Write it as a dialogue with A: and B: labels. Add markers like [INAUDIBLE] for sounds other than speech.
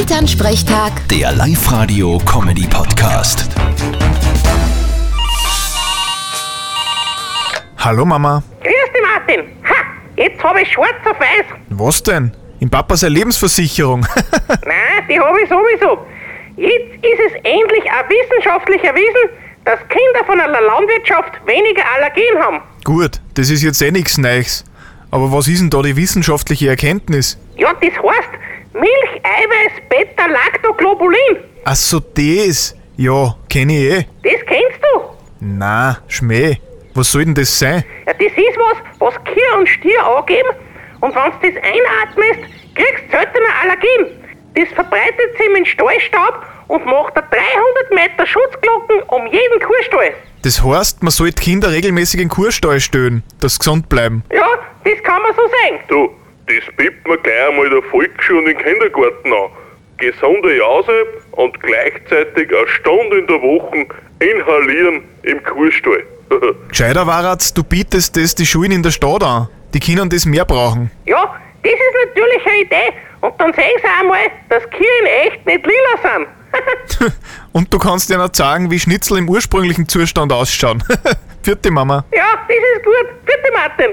A: Elternsprechtag,
B: Der Live-Radio-Comedy-Podcast.
C: Hallo Mama.
D: Grüß dich, Martin. Ha, jetzt habe ich schwarz auf weiß.
C: Was denn? In Papas Lebensversicherung.
D: Nein, die habe ich sowieso. Jetzt ist es endlich auch wissenschaftlich erwiesen, dass Kinder von einer Landwirtschaft weniger Allergien haben.
C: [LAUGHS] Gut, das ist jetzt eh nichts Neues. Aber was ist denn da die wissenschaftliche Erkenntnis?
D: Ja, das heißt Milch, Eiweiß, Beta, Lactoglobulin.
C: Ach so, das? Ja, kenn ich eh.
D: Das kennst du.
C: Na, Schmäh. Was soll denn das sein?
D: Ja, das ist was, was Kier und Stier angeben. Und wenn du das einatmest, kriegst du seltener Allergien. Das verbreitet sich im Stallstaub und macht eine 300 Meter Schutzglocken um jeden Kuhstall.
C: Das heißt, man sollte Kinder regelmäßig in Kurstall stöhnen, dass sie gesund bleiben.
D: Ja, das kann man so sehen.
E: Du, das bietet mir gleich einmal der Volksschule und den Kindergarten an. Gesunde Jause und gleichzeitig eine Stunde in der Woche inhalieren im [LAUGHS] Kurstall.
C: Gescheiter Waratz, du bietest das die Schulen in der Stadt an. Die Kinder das mehr brauchen.
D: Ja, das ist natürlich eine Idee. Und dann sehen sie einmal, dass Kühe in echt nicht lila sind. [LAUGHS]
C: Und du kannst ja noch sagen, wie Schnitzel im ursprünglichen Zustand ausschauen. [LAUGHS] Vierte Mama.
D: ja, das ist gut. Bitte, Martin.